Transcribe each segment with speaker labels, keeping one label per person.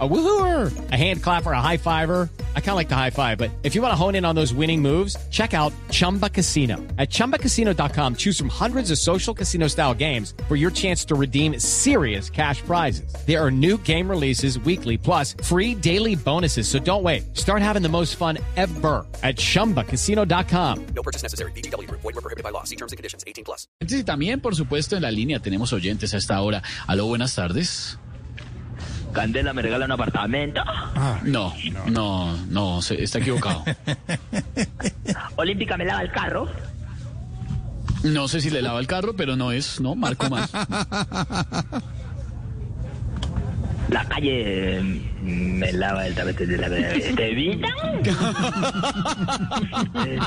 Speaker 1: A woohooer, a hand clapper, a high fiver. I kind of like the high five, but if you want to hone in on those winning moves, check out Chumba Casino. At chumbacasino.com, choose from hundreds of social casino style games for your chance to redeem serious cash prizes. There are new game releases weekly, plus free daily bonuses. So don't wait. Start having the most fun ever at chumbacasino.com.
Speaker 2: No purchase necessary. BGW. Void were prohibited by law. See terms and conditions. 18 plus.
Speaker 3: Sí, también, por supuesto, en la línea tenemos oyentes a esta hora. Aló, buenas tardes.
Speaker 4: Candela me regala un apartamento.
Speaker 3: No, no, no, se- está equivocado.
Speaker 4: Olímpica me lava el carro.
Speaker 3: No sé si le lava el carro, pero no es, no, marco más.
Speaker 4: La calle mm, me lava el tapete de la ¿Te evitan?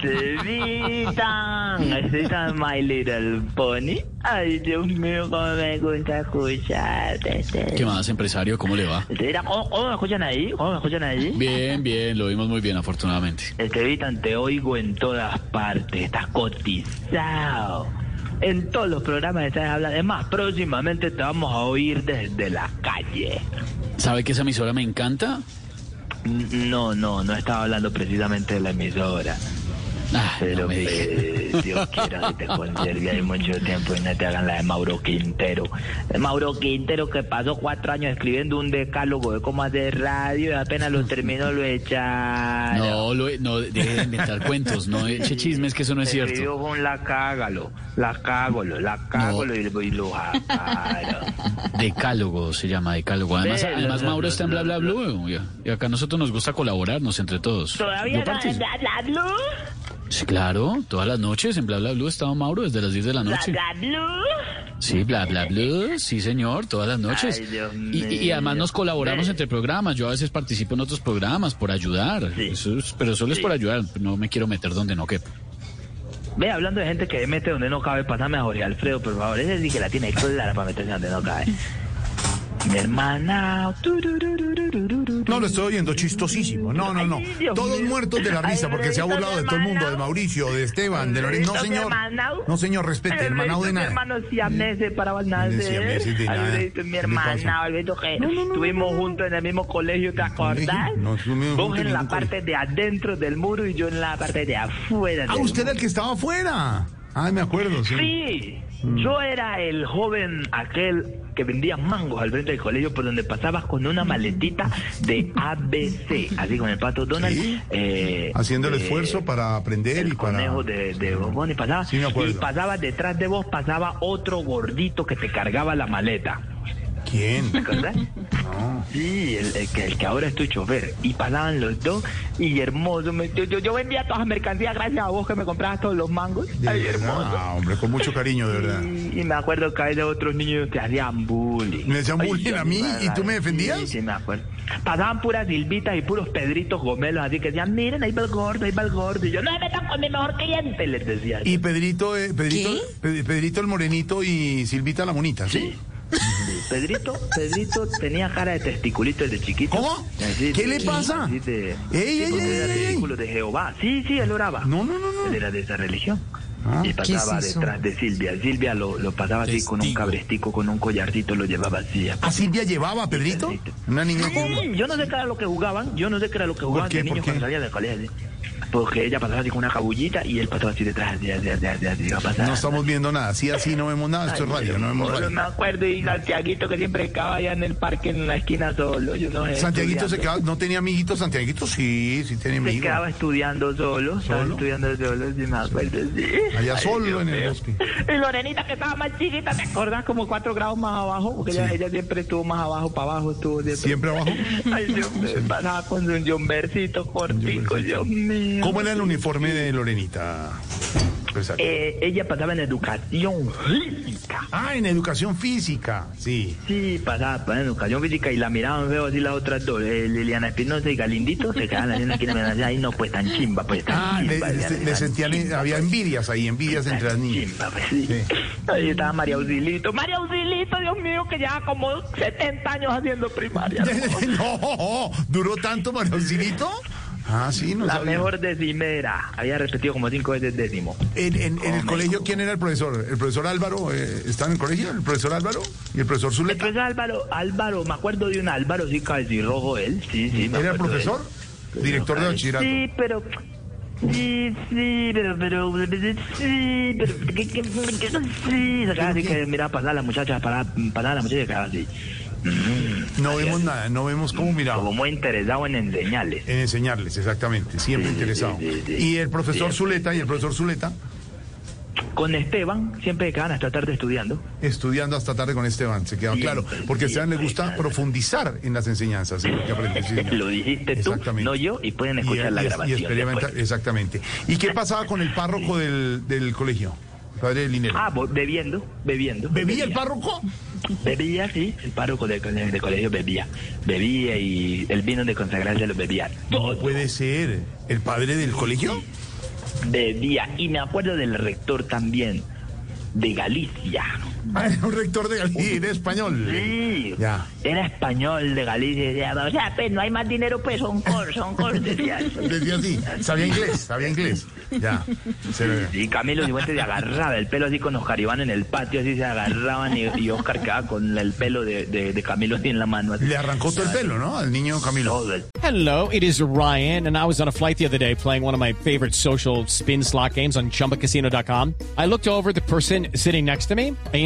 Speaker 4: Te evitan. ¿Escuchan My Little Pony? Ay, Dios mío, cómo me gusta escucharte.
Speaker 3: ¿Qué más, empresario? ¿Cómo le va?
Speaker 4: Mira, ¿Cómo, cómo me escuchan ahí? ¿Cómo me escuchan ahí?
Speaker 3: Bien, bien, lo vimos muy bien, afortunadamente.
Speaker 4: Estevitan, te oigo en todas partes, estás cotizado. En todos los programas estás hablando. Es más, próximamente te vamos a oír desde la calle.
Speaker 3: ¿Sabe que esa emisora me encanta?
Speaker 4: N- No, no, no estaba hablando precisamente de la emisora.
Speaker 3: Ah,
Speaker 4: Pero
Speaker 3: no me dije.
Speaker 4: eh, Dios quiera que te conserve ahí mucho tiempo y no te hagan la de Mauro Quintero. Eh, Mauro Quintero que pasó cuatro años escribiendo un decálogo de cómo hacer radio y apenas lo terminó lo echaron.
Speaker 3: No, lo, no, deje de inventar cuentos, no eche chismes, que eso no es
Speaker 4: Se
Speaker 3: cierto.
Speaker 4: escribió con la cágalo, la cágalo, la cágalo y, y lo sacaron.
Speaker 3: Decálogo se llama, decálogo. Además,
Speaker 4: Ve,
Speaker 3: además
Speaker 4: lo-
Speaker 3: Mauro
Speaker 4: lo-
Speaker 3: está en bla bla blue. y- Y acá a nosotros nos gusta colaborarnos entre todos.
Speaker 4: ¿Todavía
Speaker 3: Yo
Speaker 4: no
Speaker 3: participo.
Speaker 4: la, la luz?
Speaker 3: Sí, claro, todas las noches en Bla Bla Blue estaba Mauro desde las 10 de la
Speaker 4: ¿La,
Speaker 3: noche.
Speaker 4: la luz?
Speaker 3: Sí, Bla Bla Blue, sí señor, todas las noches.
Speaker 4: Ay, Dios
Speaker 3: y, y- y además
Speaker 4: mío.
Speaker 3: nos colaboramos
Speaker 4: Ve.
Speaker 3: entre programas, yo a veces participo en otros programas por ayudar,
Speaker 4: Sí.
Speaker 3: Eso es- pero solo es
Speaker 4: Sí.
Speaker 3: por ayudar, no me quiero meter donde no quepa.
Speaker 4: Ve, hablando de gente que mete donde no cabe, pasame a Jorge Alfredo, por favor. Ese sí que la tiene clara para meterse donde no cabe. Mi hermana. turururururururu.
Speaker 5: No, lo estoy oyendo chistosísimo. No, no, no.
Speaker 4: Ay, Dios
Speaker 5: Todos
Speaker 4: mío.
Speaker 5: muertos de la
Speaker 4: Ay,
Speaker 5: risa porque se ha
Speaker 4: Alfredito,
Speaker 5: burlado
Speaker 4: mi
Speaker 5: de todo el mundo, de
Speaker 4: hermano.
Speaker 5: Mauricio, de Esteban, de Lorenzo. No,
Speaker 4: Alfredito, mi
Speaker 5: señor.
Speaker 4: hermano.
Speaker 5: No, señor, respete,
Speaker 4: Alfredito,
Speaker 5: hermano de
Speaker 4: mi
Speaker 5: nada.
Speaker 4: hermano siamese para nacer.
Speaker 5: siamese de nada.
Speaker 4: Alfredito, mi
Speaker 5: ¿Qué le
Speaker 4: hermana,
Speaker 5: pasa?
Speaker 4: Alberto, que estuvimos juntos en el mismo colegio, ¿te acordás?
Speaker 5: No, estuvimos
Speaker 4: Vos
Speaker 5: juntos en
Speaker 4: en la
Speaker 5: ningún
Speaker 4: parte de adentro del muro y yo en la parte de afuera.
Speaker 5: Ah,
Speaker 4: del
Speaker 5: usted era
Speaker 4: muro.
Speaker 5: el que estaba afuera. Ay, me acuerdo, sí.
Speaker 4: Sí,
Speaker 5: Mm.
Speaker 4: yo era el joven aquel que vendía mangos al frente del colegio por donde pasabas con una maletita de ABC, así con el pato Donald.
Speaker 5: Sí.
Speaker 4: eh,
Speaker 5: Haciendo el
Speaker 4: eh,
Speaker 5: esfuerzo para aprender
Speaker 4: el
Speaker 5: y para.
Speaker 4: conejo de, de Bobón y pasaba,
Speaker 5: Sí, me acuerdo.
Speaker 4: y pasaba detrás de vos, pasaba otro gordito que te cargaba la maleta. ¿Te
Speaker 5: ¿Quién?
Speaker 4: acordás? Sí, el, el que, el que ahora es tu chofer. Y pasaban los dos y hermoso. me- yo, yo- yo vendía todas las mercancías gracias a vos que me comprabas todos los mangos.
Speaker 5: De
Speaker 4: Ay, hermoso.
Speaker 5: verdad, hombre, con mucho cariño, de verdad.
Speaker 4: Y, y me acuerdo que había otros niños que hacían bullying.
Speaker 5: ¿Me hacían bullying a mí?
Speaker 4: madre,
Speaker 5: ¿Y tú me
Speaker 4: sí,
Speaker 5: defendías?
Speaker 4: Sí, me acuerdo. Pasaban puras silbitas y puros pedritos gomelos, así que decían, miren, ahí va el gordo, ahí va el gordo. Y yo, no me metan con mi mejor cliente, les decía.
Speaker 5: Y Pedrito, eh, Pedrito, Pe- Pedrito el Morenito y Silvita la Monita, ¿sí?
Speaker 4: Sí, Pedrito, Pedrito tenía cara de testiculito desde chiquito.
Speaker 5: ¿Cómo?
Speaker 4: Así
Speaker 5: ¿Qué le pasa?
Speaker 4: así de-
Speaker 5: Ey,
Speaker 4: sí,
Speaker 5: ey,
Speaker 4: porque
Speaker 5: ey,
Speaker 4: era
Speaker 5: ey,
Speaker 4: de
Speaker 5: ey.
Speaker 4: vehículo de Jehová. Sí, sí, él oraba.
Speaker 5: No, no, no, no.
Speaker 4: Él era de esa religión.
Speaker 5: Ah,
Speaker 4: y pasaba detrás de Silvia. Silvia lo, lo pasaba así con un
Speaker 3: Testigo.
Speaker 4: cabrestico, con un collarcito, lo llevaba así.
Speaker 5: ¿A Silvia llevaba a Pedrito? Una niña como.
Speaker 4: Sí, yo no sé qué era lo que jugaban, yo no sé qué era lo que jugaban
Speaker 5: qué?
Speaker 4: de niños
Speaker 5: ¿Por qué?
Speaker 4: cuando salían del colegio. Porque ella pasaba así con una cabullita y él pasaba así detrás, así, así, así, así, así, iba pasando.
Speaker 5: No estamos viendo nada. Así, así no vemos nada. Esto es radio, no vemos
Speaker 4: Yo
Speaker 5: radio.
Speaker 4: me acuerdo y Santiaguito que siempre estaba allá en el parque en la esquina solo. Yo no sé,
Speaker 5: Santiaguito
Speaker 4: Eh,
Speaker 5: se
Speaker 4: estudiando.
Speaker 5: quedaba, no tenía amiguitos, Santiaguito sí, sí tenía
Speaker 4: Se
Speaker 5: amigos.
Speaker 4: quedaba estudiando solo, estaba
Speaker 5: ¿Solo?
Speaker 4: estudiando solo, sí me acuerdo, sí.
Speaker 5: Allá
Speaker 4: Ay,
Speaker 5: solo
Speaker 4: Dios
Speaker 5: en el
Speaker 4: mío.
Speaker 5: bosque.
Speaker 4: Y Lorenita que estaba más chiquita, ¿te acordás? Como cuatro grados más abajo, porque ella, ella siempre estuvo más abajo, para abajo, estuvo siempre.
Speaker 5: Siempre abajo.
Speaker 4: Ay, Dios mío, pasaba con un jombercito cortico, Dios mío.
Speaker 5: ¿Cómo era el uniforme de Lorenita? empresario?
Speaker 4: Eh, ella pasaba en educación física.
Speaker 5: ah, en educación física, sí.
Speaker 4: Sí, pasaba pasaba en educación física y la miraban feo así las otras dos. eh, Liliana Espinosa y Galindito se quedaban ahí en la esquina me decían, ahí no, pues tan chimba, pues tan
Speaker 5: Ah, le,
Speaker 4: chimba.
Speaker 5: le-
Speaker 4: decían,
Speaker 5: le
Speaker 4: tan
Speaker 5: sentían, eh,
Speaker 4: chimba,
Speaker 5: había
Speaker 4: pues,
Speaker 5: envidias ahí, envidias entre las niñas.
Speaker 4: chimba, pues, sí.
Speaker 5: Sí.
Speaker 4: Ahí estaba María Auxilito. María Auxilito, Dios mío, que lleva como 70 años haciendo primaria. ¿no?
Speaker 5: no, duró tanto Maroncilito. Ah, sí, no
Speaker 4: La
Speaker 5: sabía.
Speaker 4: mejor decimera. Había repetido como cinco veces décimo.
Speaker 5: En, en- en el colegio, ¿quién era el profesor? ¿El profesor Álvaro? eh, ¿Está en el colegio? ¿El profesor Álvaro? ¿Y el profesor
Speaker 4: El
Speaker 5: Zuleta?
Speaker 4: profesor Álvaro, Álvaro, me acuerdo de un Álvaro, sí, rojo él. Sí, sí, me
Speaker 5: ¿Era el
Speaker 4: acuerdo de él.
Speaker 5: profesor? Director de bachillerato.
Speaker 4: Sí, pero. Sí, sí, pero, pero, sí, pero, ¿qué, qué, qué, sí? Se quedaba así que mira pasar a la muchacha, para, pasar a la muchacha y se quedaba así.
Speaker 5: No vemos nada, no vemos cómo miraba.
Speaker 4: Como interesado en enseñarles.
Speaker 5: En enseñarles, exactamente, siempre
Speaker 4: Sí, sí,
Speaker 5: interesado.
Speaker 4: sí, sí, sí.
Speaker 5: Y el profesor
Speaker 4: Siempre.
Speaker 5: Zuleta, y el profesor Zuleta,
Speaker 4: Con Esteban siempre se quedaban hasta tarde estudiando.
Speaker 5: estudiando hasta tarde con Esteban, se quedan claro. Porque a Esteban le gusta profundizar en las enseñanzas, en lo que aprende. sí, señor.
Speaker 4: Lo dijiste tú,
Speaker 5: Exactamente.
Speaker 4: no yo, y pueden
Speaker 5: Y-
Speaker 4: escuchar la
Speaker 5: y- y
Speaker 4: grabación
Speaker 5: experimenta-
Speaker 4: después.
Speaker 5: exactamente. ¿Y qué pasaba con el párroco del, del colegio? Padre del dinero.
Speaker 4: Ah, bo- bebiendo, bebiendo.
Speaker 5: ¿Bebía el párroco?
Speaker 4: Bebía, sí, el párroco del colegio, del colegio bebía. Bebía y el vino de consagrancia lo bebía.
Speaker 5: No puede ser. ¿El padre del colegio?
Speaker 4: Bebía. Y me acuerdo del rector también, de Galicia.
Speaker 5: Ah, era un rector de Galicia, era español.
Speaker 4: Sí,
Speaker 5: Ya.
Speaker 4: era español de Galicia. y Decía, o sea, pues no hay más dinero, pues son cor, son cor, decía.
Speaker 5: Decía así, sabía inglés, sabía inglés. Ya. Se-
Speaker 4: Y Camilo Cifuentes se agarraba el pelo así con Oscar Iván en el patio, así se agarraban y, y Oscar quedaba con el pelo de, de- de Camilo así en la mano. así.
Speaker 5: le arrancó todo el pelo, ¿no? Al niño Camilo.
Speaker 4: Todo el-
Speaker 1: Hello, it is Ryan, and I was on a flight the other day playing one of my favorite social spin slot games on chumbacasino.com. I looked over at the person sitting next to me, and you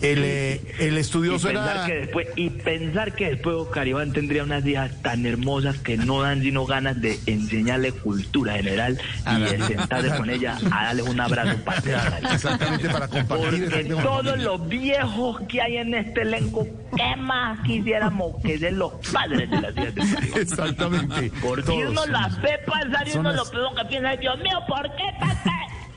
Speaker 5: El, eh, el
Speaker 4: Y
Speaker 5: estudioso
Speaker 4: pensar,
Speaker 5: era.
Speaker 4: que después, y pensar que después Oscar Iván tendría unas hijas tan hermosas que no dan sino ganas de enseñarle cultura general y de sentarse con ella a darles un abrazo paternal.
Speaker 5: Exactamente para compartir.
Speaker 4: Porque
Speaker 5: exactamente.
Speaker 4: todos los viejos que hay en este elenco, ¿qué más quisiéramos que sean los padres de la ciudad de Cali?
Speaker 5: Exactamente.
Speaker 4: Porque
Speaker 5: todos.
Speaker 4: uno las ve pasar y
Speaker 5: Son
Speaker 4: uno
Speaker 5: las-
Speaker 4: lo primero que piensa es, Dios mío, ¿por qué tanta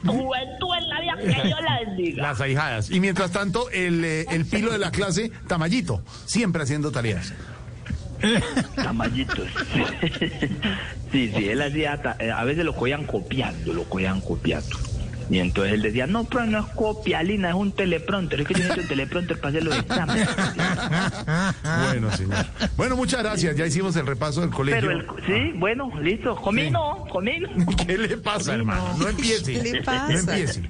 Speaker 4: juventud en la vida que yo la bendiga?
Speaker 5: Las ahijadas. Y mientras tanto, el, eh, el pilo de la clase, Tamayito, siempre haciendo tareas.
Speaker 4: Tamayitos. Sí, sí, él hacía, ta- eh, a veces lo cogían copiando, lo cogían copiando. Y entonces él decía, no, pero no es copia, Lina, es un teleprompter. Es que yo necesito un teleprompter para hacer los exámenes.
Speaker 5: Bueno, señor. Bueno, muchas gracias. Ya hicimos el repaso del colegio.
Speaker 4: Pero el, sí, bueno, listo. Comino, comino.
Speaker 5: ¿Qué le pasa, hermano? No empiece.
Speaker 6: ¿Qué le
Speaker 5: No
Speaker 6: pasa?
Speaker 5: empiece.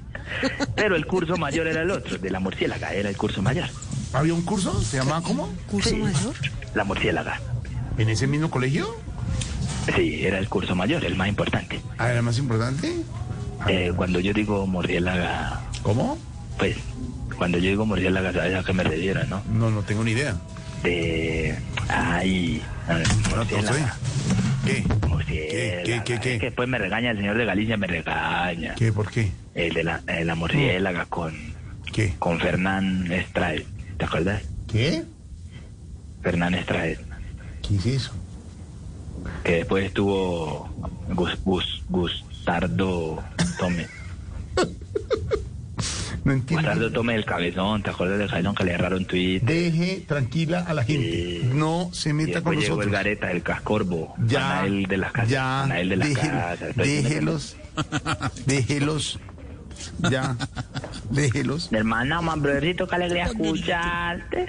Speaker 4: Pero el curso mayor era el otro, de la murciélaga, era el curso mayor.
Speaker 5: ¿Había un curso? ¿Se llamaba cómo?
Speaker 6: ¿Curso
Speaker 4: Sí.
Speaker 6: mayor?
Speaker 4: La murciélaga.
Speaker 5: ¿En ese mismo colegio?
Speaker 4: Sí, era el curso mayor, el más importante.
Speaker 5: Ah, era más importante.
Speaker 4: Eh, cuando yo digo murciélaga,
Speaker 5: ¿Cómo?
Speaker 4: pues, cuando yo digo murciélaga, sabes a qué me refiero, ¿no?
Speaker 5: No, no tengo ni idea.
Speaker 4: de ay a ver,
Speaker 5: Ahora te lo sé.
Speaker 4: murciélaga,
Speaker 5: ¿Qué?
Speaker 4: murciélaga.
Speaker 5: ¿Qué, qué, qué,
Speaker 4: Es
Speaker 5: qué?
Speaker 4: que después me regaña el señor de Galicia me regaña
Speaker 5: ¿Qué? ¿Por qué?
Speaker 4: el de la, eh, la murciélaga con
Speaker 5: ¿Qué?
Speaker 4: con Fernán Estraed ¿te acuerdas?
Speaker 5: ¿Qué?
Speaker 4: Fernán Estraed
Speaker 5: ¿Qué es eso?
Speaker 4: que después estuvo Gus, Gus, Gustardo Tome
Speaker 5: No entiendo.
Speaker 4: Gustardo Tome del cabezón ¿te acuerdas del cabezón que le erraron tweet?
Speaker 5: Deje tranquila a la gente. No se
Speaker 4: y
Speaker 5: meta con
Speaker 4: después llegó el
Speaker 5: nosotros.
Speaker 4: Gareta el Cascorbo
Speaker 5: Ya,
Speaker 4: Anael de las casas
Speaker 5: ya,
Speaker 4: Anael de las
Speaker 5: déjel-
Speaker 4: casas
Speaker 5: déjelos, déjelos, ya, déjelos.
Speaker 4: hermana mambrerito qué alegría escucharte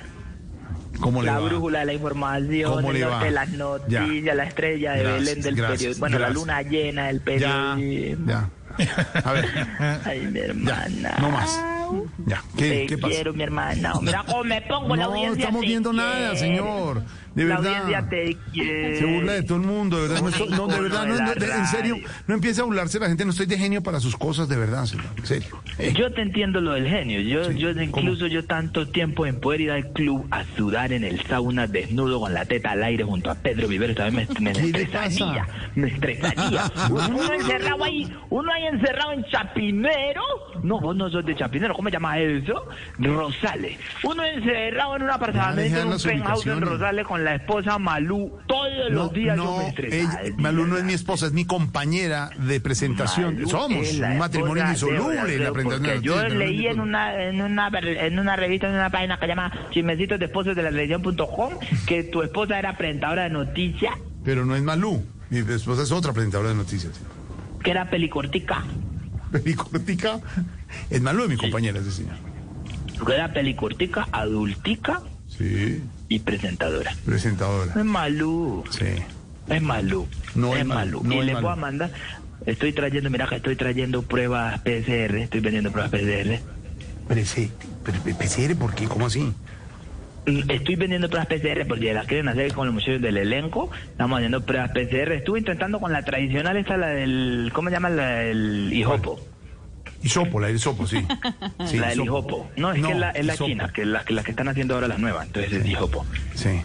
Speaker 5: ¿Cómo le
Speaker 4: la
Speaker 5: va?
Speaker 4: brújula de la información,
Speaker 5: ¿Cómo
Speaker 4: el
Speaker 5: le
Speaker 4: norte
Speaker 5: va?
Speaker 4: de las noticias,
Speaker 5: Ya.
Speaker 4: la estrella de
Speaker 5: Gracias,
Speaker 4: Belén del
Speaker 5: gracias,
Speaker 4: periodismo, bueno,
Speaker 5: gracias.
Speaker 4: la luna llena del
Speaker 5: Ya,
Speaker 4: periodismo.
Speaker 5: ya. A ver,
Speaker 4: Ay, mi
Speaker 5: ya,
Speaker 4: hermana.
Speaker 5: no más. Ya, ¿qué,
Speaker 4: Te
Speaker 5: qué pasa?
Speaker 4: quiero, mi hermana. Mira cómo me pongo la
Speaker 5: No
Speaker 4: audiencia.
Speaker 5: estamos
Speaker 4: te
Speaker 5: viendo
Speaker 4: quiere.
Speaker 5: nada, señor. De
Speaker 4: la
Speaker 5: verdad.
Speaker 4: audiencia te quiere.
Speaker 5: Se burla de todo el mundo, de verdad. No, estoy- no, de
Speaker 4: Icono
Speaker 5: verdad,
Speaker 4: de
Speaker 5: no,
Speaker 4: la
Speaker 5: no, de- en serio.
Speaker 4: radio.
Speaker 5: No empiece a burlarse la gente. No estoy de genio para sus cosas, de verdad, señor. En serio. Eh,
Speaker 4: Yo te entiendo lo del genio. Yo, yo incluso yo tanto tiempo en poder ir al club a sudar en el sauna desnudo con la teta al aire junto a Pedro Viveros también me, me
Speaker 5: ¿Qué le
Speaker 4: estresaría.
Speaker 5: pasa?
Speaker 4: Me estresaría. uno encerrado ahí, uno ahí encerrado en Chapinero. No, vos no sos de Chapinero, ¿cómo se llama eso? Rosales. Uno encerrado en un apartamento,
Speaker 5: dejan
Speaker 4: en un
Speaker 5: las
Speaker 4: penthouse en
Speaker 5: ubicaciones.
Speaker 4: Rosales con la esposa Malú todos los días. yo me estresaba,
Speaker 5: ella-
Speaker 4: el día
Speaker 5: Malú no es
Speaker 4: de
Speaker 5: mi
Speaker 4: la-
Speaker 5: esposa, es mi compañera de presentación.
Speaker 4: Malú
Speaker 5: Somos
Speaker 4: es la
Speaker 5: un matrimonio
Speaker 4: esposa de
Speaker 5: indisoluble
Speaker 4: Orlando,
Speaker 5: en la presentación.
Speaker 4: porque
Speaker 5: de
Speaker 4: Yo
Speaker 5: noticias,
Speaker 4: leí en
Speaker 5: Malú.
Speaker 4: una, en, una, en una revista, en una página que se llama Chismecitos de Esposos de la Televisión.com que tu esposa era presentadora de noticias,
Speaker 5: Pero no es Malú. Mi esposa es otra presentadora de noticias.
Speaker 4: que era pelicortica.
Speaker 5: Pericortica. Es Malú de mi compañera, ese señor.
Speaker 4: Que era pelicortica, adultica
Speaker 5: Sí,
Speaker 4: y presentadora.
Speaker 5: presentadora.
Speaker 4: Es Malú.
Speaker 5: Sí.
Speaker 4: Es Malú.
Speaker 5: No
Speaker 4: es
Speaker 5: es
Speaker 4: Malú.
Speaker 5: Malú, no
Speaker 4: y
Speaker 5: es
Speaker 4: le
Speaker 5: Malú.
Speaker 4: voy a mandar. Estoy trayendo, mira que estoy trayendo pruebas PCR. Estoy vendiendo pruebas PCR.
Speaker 5: Pero ese, pero, pero, PCR, ¿por qué? ¿Cómo así?
Speaker 4: Mm, Estoy vendiendo pruebas PCR porque las quieren hacer con los muchachos del elenco. Estamos haciendo pruebas PCR. Estuve intentando con la tradicional, esta, la del. ¿Cómo se llama? La del hijopo.
Speaker 5: Y sopo, la del sopo, sí. Sí,
Speaker 4: la del
Speaker 5: hisopo.
Speaker 4: hijopo. No, es que es la, es la
Speaker 5: hisopo.
Speaker 4: china, que las que las que están haciendo ahora las nuevas. Entonces es hijopo.
Speaker 5: Sí.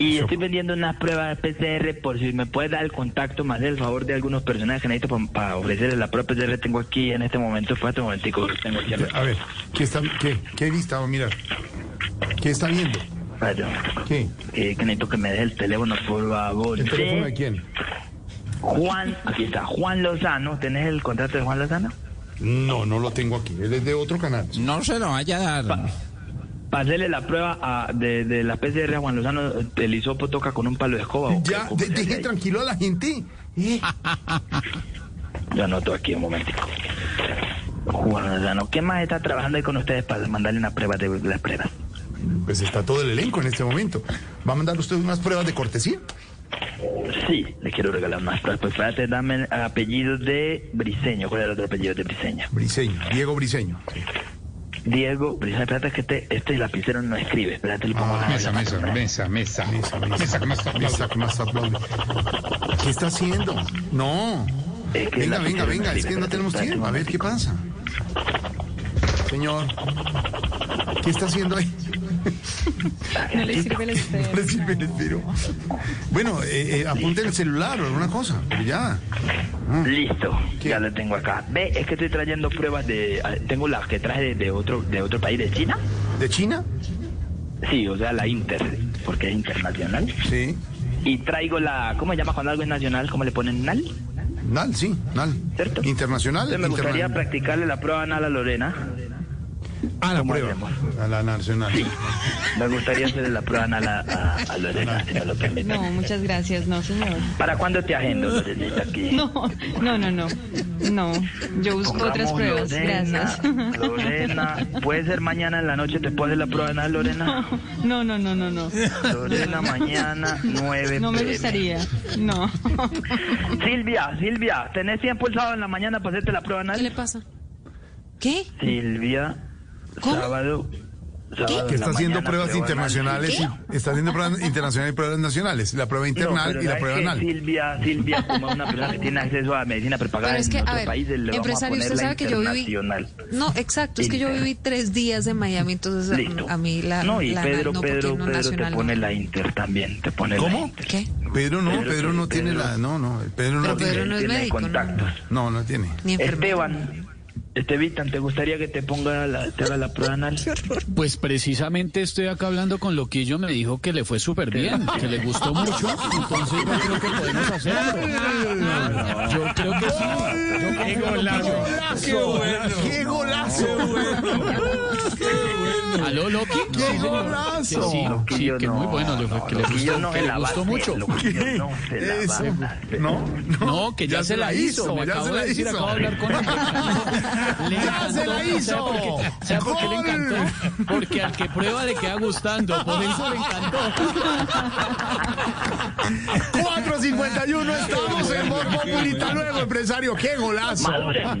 Speaker 4: Y
Speaker 5: Hisopo.
Speaker 4: estoy vendiendo unas pruebas PCR por si me puedes dar el contacto, más el favor de algunos personajes que necesito para ofrecerles la prueba PCR. Tengo aquí en este momento, fue este momentico. Tengo aquí.
Speaker 5: Eh, A ver, ¿qué está, qué, qué lista va a mirar? ¿Qué está viendo?
Speaker 4: Espérate un momentico.
Speaker 5: ¿Qué?
Speaker 4: Eh, que necesito que me dé el teléfono, por favor.
Speaker 5: ¿El teléfono de
Speaker 4: Sí.
Speaker 5: quién?
Speaker 4: Juan, aquí está, Juan Lozano. ¿Tenés el contrato de Juan Lozano?
Speaker 5: No, no lo tengo aquí. Él es de otro canal.
Speaker 6: No se lo vaya a dar.
Speaker 4: Pasele la prueba a- de, de la PCR a Juan Lozano. El hisopo toca con un palo de escoba. ¿o qué?
Speaker 5: Ya,
Speaker 4: ¿Cómo
Speaker 5: de-
Speaker 4: se hace
Speaker 5: deje
Speaker 4: ahí?
Speaker 5: tranquilo a la gente. Eh,
Speaker 4: Yo anoto aquí un momentico. Juan Lozano, ¿qué más está trabajando ahí con ustedes para mandarle una prueba de las pruebas?
Speaker 5: Pues está todo el elenco en este momento. ¿Va a mandar usted unas pruebas de cortesía?
Speaker 4: Sí, le quiero regalar unas pruebas. Pues espérate, dame el apellido de Briseño. ¿Cuál era el otro apellido de Briseño?
Speaker 5: Briseño, Diego Briseño. Sí.
Speaker 4: Diego Briseño, espérate que este, este lapicero no escribe. Espérate, le pongo
Speaker 5: Ah,
Speaker 4: la
Speaker 6: Mesa, mesa, mesa, mesa.
Speaker 5: Mesa, mesa, mesa, mesa, mesa, aplaude. ¿Qué está haciendo? No.
Speaker 4: Es que
Speaker 5: venga,
Speaker 4: la
Speaker 5: venga,
Speaker 4: pusieron
Speaker 5: venga,
Speaker 4: así,
Speaker 5: es que no
Speaker 4: espérate,
Speaker 5: tenemos
Speaker 4: espérate
Speaker 5: tiempo.
Speaker 4: un
Speaker 5: A ver qué pasa. Señor, ¿qué está haciendo ahí?
Speaker 7: No le sirve
Speaker 5: No
Speaker 7: el
Speaker 5: le
Speaker 7: espejo.
Speaker 5: sirve el tiro. Bueno, eh, eh, apunte el celular o alguna cosa. porque Ya.
Speaker 4: Listo,
Speaker 5: ¿Qué?
Speaker 4: ya lo tengo acá. Ve, es que estoy trayendo pruebas de... ah, Tengo las que traje de, de otro de otro país, de China.
Speaker 5: ¿De China?
Speaker 4: Sí, o sea, la Inter, porque es internacional.
Speaker 5: Sí.
Speaker 4: Y traigo la... ¿Cómo se llama cuando algo es nacional? ¿Cómo le ponen NAL?
Speaker 5: NAL, sí, NAL.
Speaker 4: ¿Cierto?
Speaker 5: Internacional.
Speaker 4: Entonces me gustaría
Speaker 5: interna-
Speaker 4: practicarle la prueba NAL a Lorena.
Speaker 5: Ah, la
Speaker 4: ¿Cómo
Speaker 5: prueba.
Speaker 4: hacemos?
Speaker 5: A la nacional.
Speaker 4: Sí, me gustaría hacerle la prueba NAL a, a- a Lorena, si me lo permite.
Speaker 7: No, muchas gracias, no, señor.
Speaker 4: ¿Para cuándo te agendo, Lorenita, aquí?
Speaker 7: No, no, no, no. No, yo busco otras
Speaker 4: Pongamos
Speaker 7: pruebas,
Speaker 4: Lorena,
Speaker 7: gracias.
Speaker 4: Lorena, ¿puede ser mañana en la noche te puedes hacer la prueba NAL, Lorena?
Speaker 7: No, no, no, no, no.
Speaker 4: Lorena, mañana, 9
Speaker 7: No me gustaría. No.
Speaker 4: Silvia, Silvia, ¿tenés tiempo el sábado en la mañana para hacerte la prueba
Speaker 7: ¿Qué
Speaker 4: anal?
Speaker 7: le pasa? ¿Qué?
Speaker 4: Silvia,
Speaker 7: ¿Cómo?
Speaker 4: sábado. sábado en
Speaker 5: Que
Speaker 4: la
Speaker 5: está haciendo
Speaker 4: mañana,
Speaker 5: pruebas
Speaker 4: prueba anal.
Speaker 5: internacionales. y- Está haciendo pruebas internacionales y pruebas nacionales. La prueba
Speaker 4: No,
Speaker 5: internal
Speaker 4: pero
Speaker 5: y la
Speaker 4: ¿sabes
Speaker 5: prueba
Speaker 4: qué?
Speaker 5: anal.
Speaker 4: Silvia, Silvia, como una persona que tiene acceso a medicina prepagada
Speaker 8: Pero es que,
Speaker 4: en
Speaker 8: a
Speaker 4: otro
Speaker 8: ver,
Speaker 4: país, le vamos a
Speaker 8: empresario,
Speaker 4: poner
Speaker 8: usted
Speaker 4: la
Speaker 8: sabe que yo viví.
Speaker 4: internacional.
Speaker 8: No, exacto, es que yo viví tres días en Miami, entonces
Speaker 4: Listo.
Speaker 8: a, a mí la.
Speaker 4: No, y
Speaker 8: la
Speaker 4: Pedro,
Speaker 8: anal no, porque
Speaker 4: Pedro,
Speaker 8: no
Speaker 4: Pedro te
Speaker 8: nacional,
Speaker 4: pone
Speaker 8: no.
Speaker 4: la inter también, te pone la
Speaker 5: ¿Cómo?
Speaker 4: inter.
Speaker 8: ¿Qué?
Speaker 5: Pedro no,
Speaker 4: Pedro,
Speaker 5: Pedro no
Speaker 4: Pedro.
Speaker 5: tiene la. No, no, Pedro no
Speaker 8: Pero
Speaker 5: tiene.
Speaker 8: Pedro no es
Speaker 4: tiene
Speaker 8: médico, ¿no?
Speaker 4: contactos.
Speaker 5: No, no tiene.
Speaker 8: Ni enfermera.
Speaker 4: Esteban, Estevitan, ¿te gustaría que te ponga la, te haga la prueba anal?
Speaker 3: Pues precisamente estoy acá hablando con Loquillo, me dijo que le fue súper bien, que le gustó mucho, entonces yo creo que podemos hacerlo. Yo creo que sí. Yo confío en Loquillo.
Speaker 5: ¡Qué golazo!
Speaker 3: ¿Aló, Loqui?
Speaker 5: ¡Qué
Speaker 3: Sí, señor.
Speaker 5: golazo!
Speaker 3: Que sí, sí, que muy bueno, le fue- que le
Speaker 4: Loquillo
Speaker 3: gustó,
Speaker 4: no
Speaker 3: que
Speaker 4: se
Speaker 3: le
Speaker 4: la va a
Speaker 3: gustó
Speaker 4: hacer,
Speaker 3: mucho.
Speaker 4: Loquillo no se la va a
Speaker 5: Eso.
Speaker 4: hacer.
Speaker 5: No,
Speaker 3: No, que ya, se la hizo. Me
Speaker 5: ya
Speaker 3: acabo
Speaker 5: se la
Speaker 3: de decir,
Speaker 5: hizo.
Speaker 3: acabo de hablar con él. Le
Speaker 5: ¡Ya se la
Speaker 3: encantó, ¿sabe por
Speaker 5: hizo!
Speaker 3: qué? ¿Sabe por qué le
Speaker 5: ¡Gol!
Speaker 3: encantó? Porque al que prueba le queda gustando. Por eso le encantó.
Speaker 5: 4.51, estamos en Borboculita luego, empresario. ¡Qué golazo!
Speaker 4: Maduren.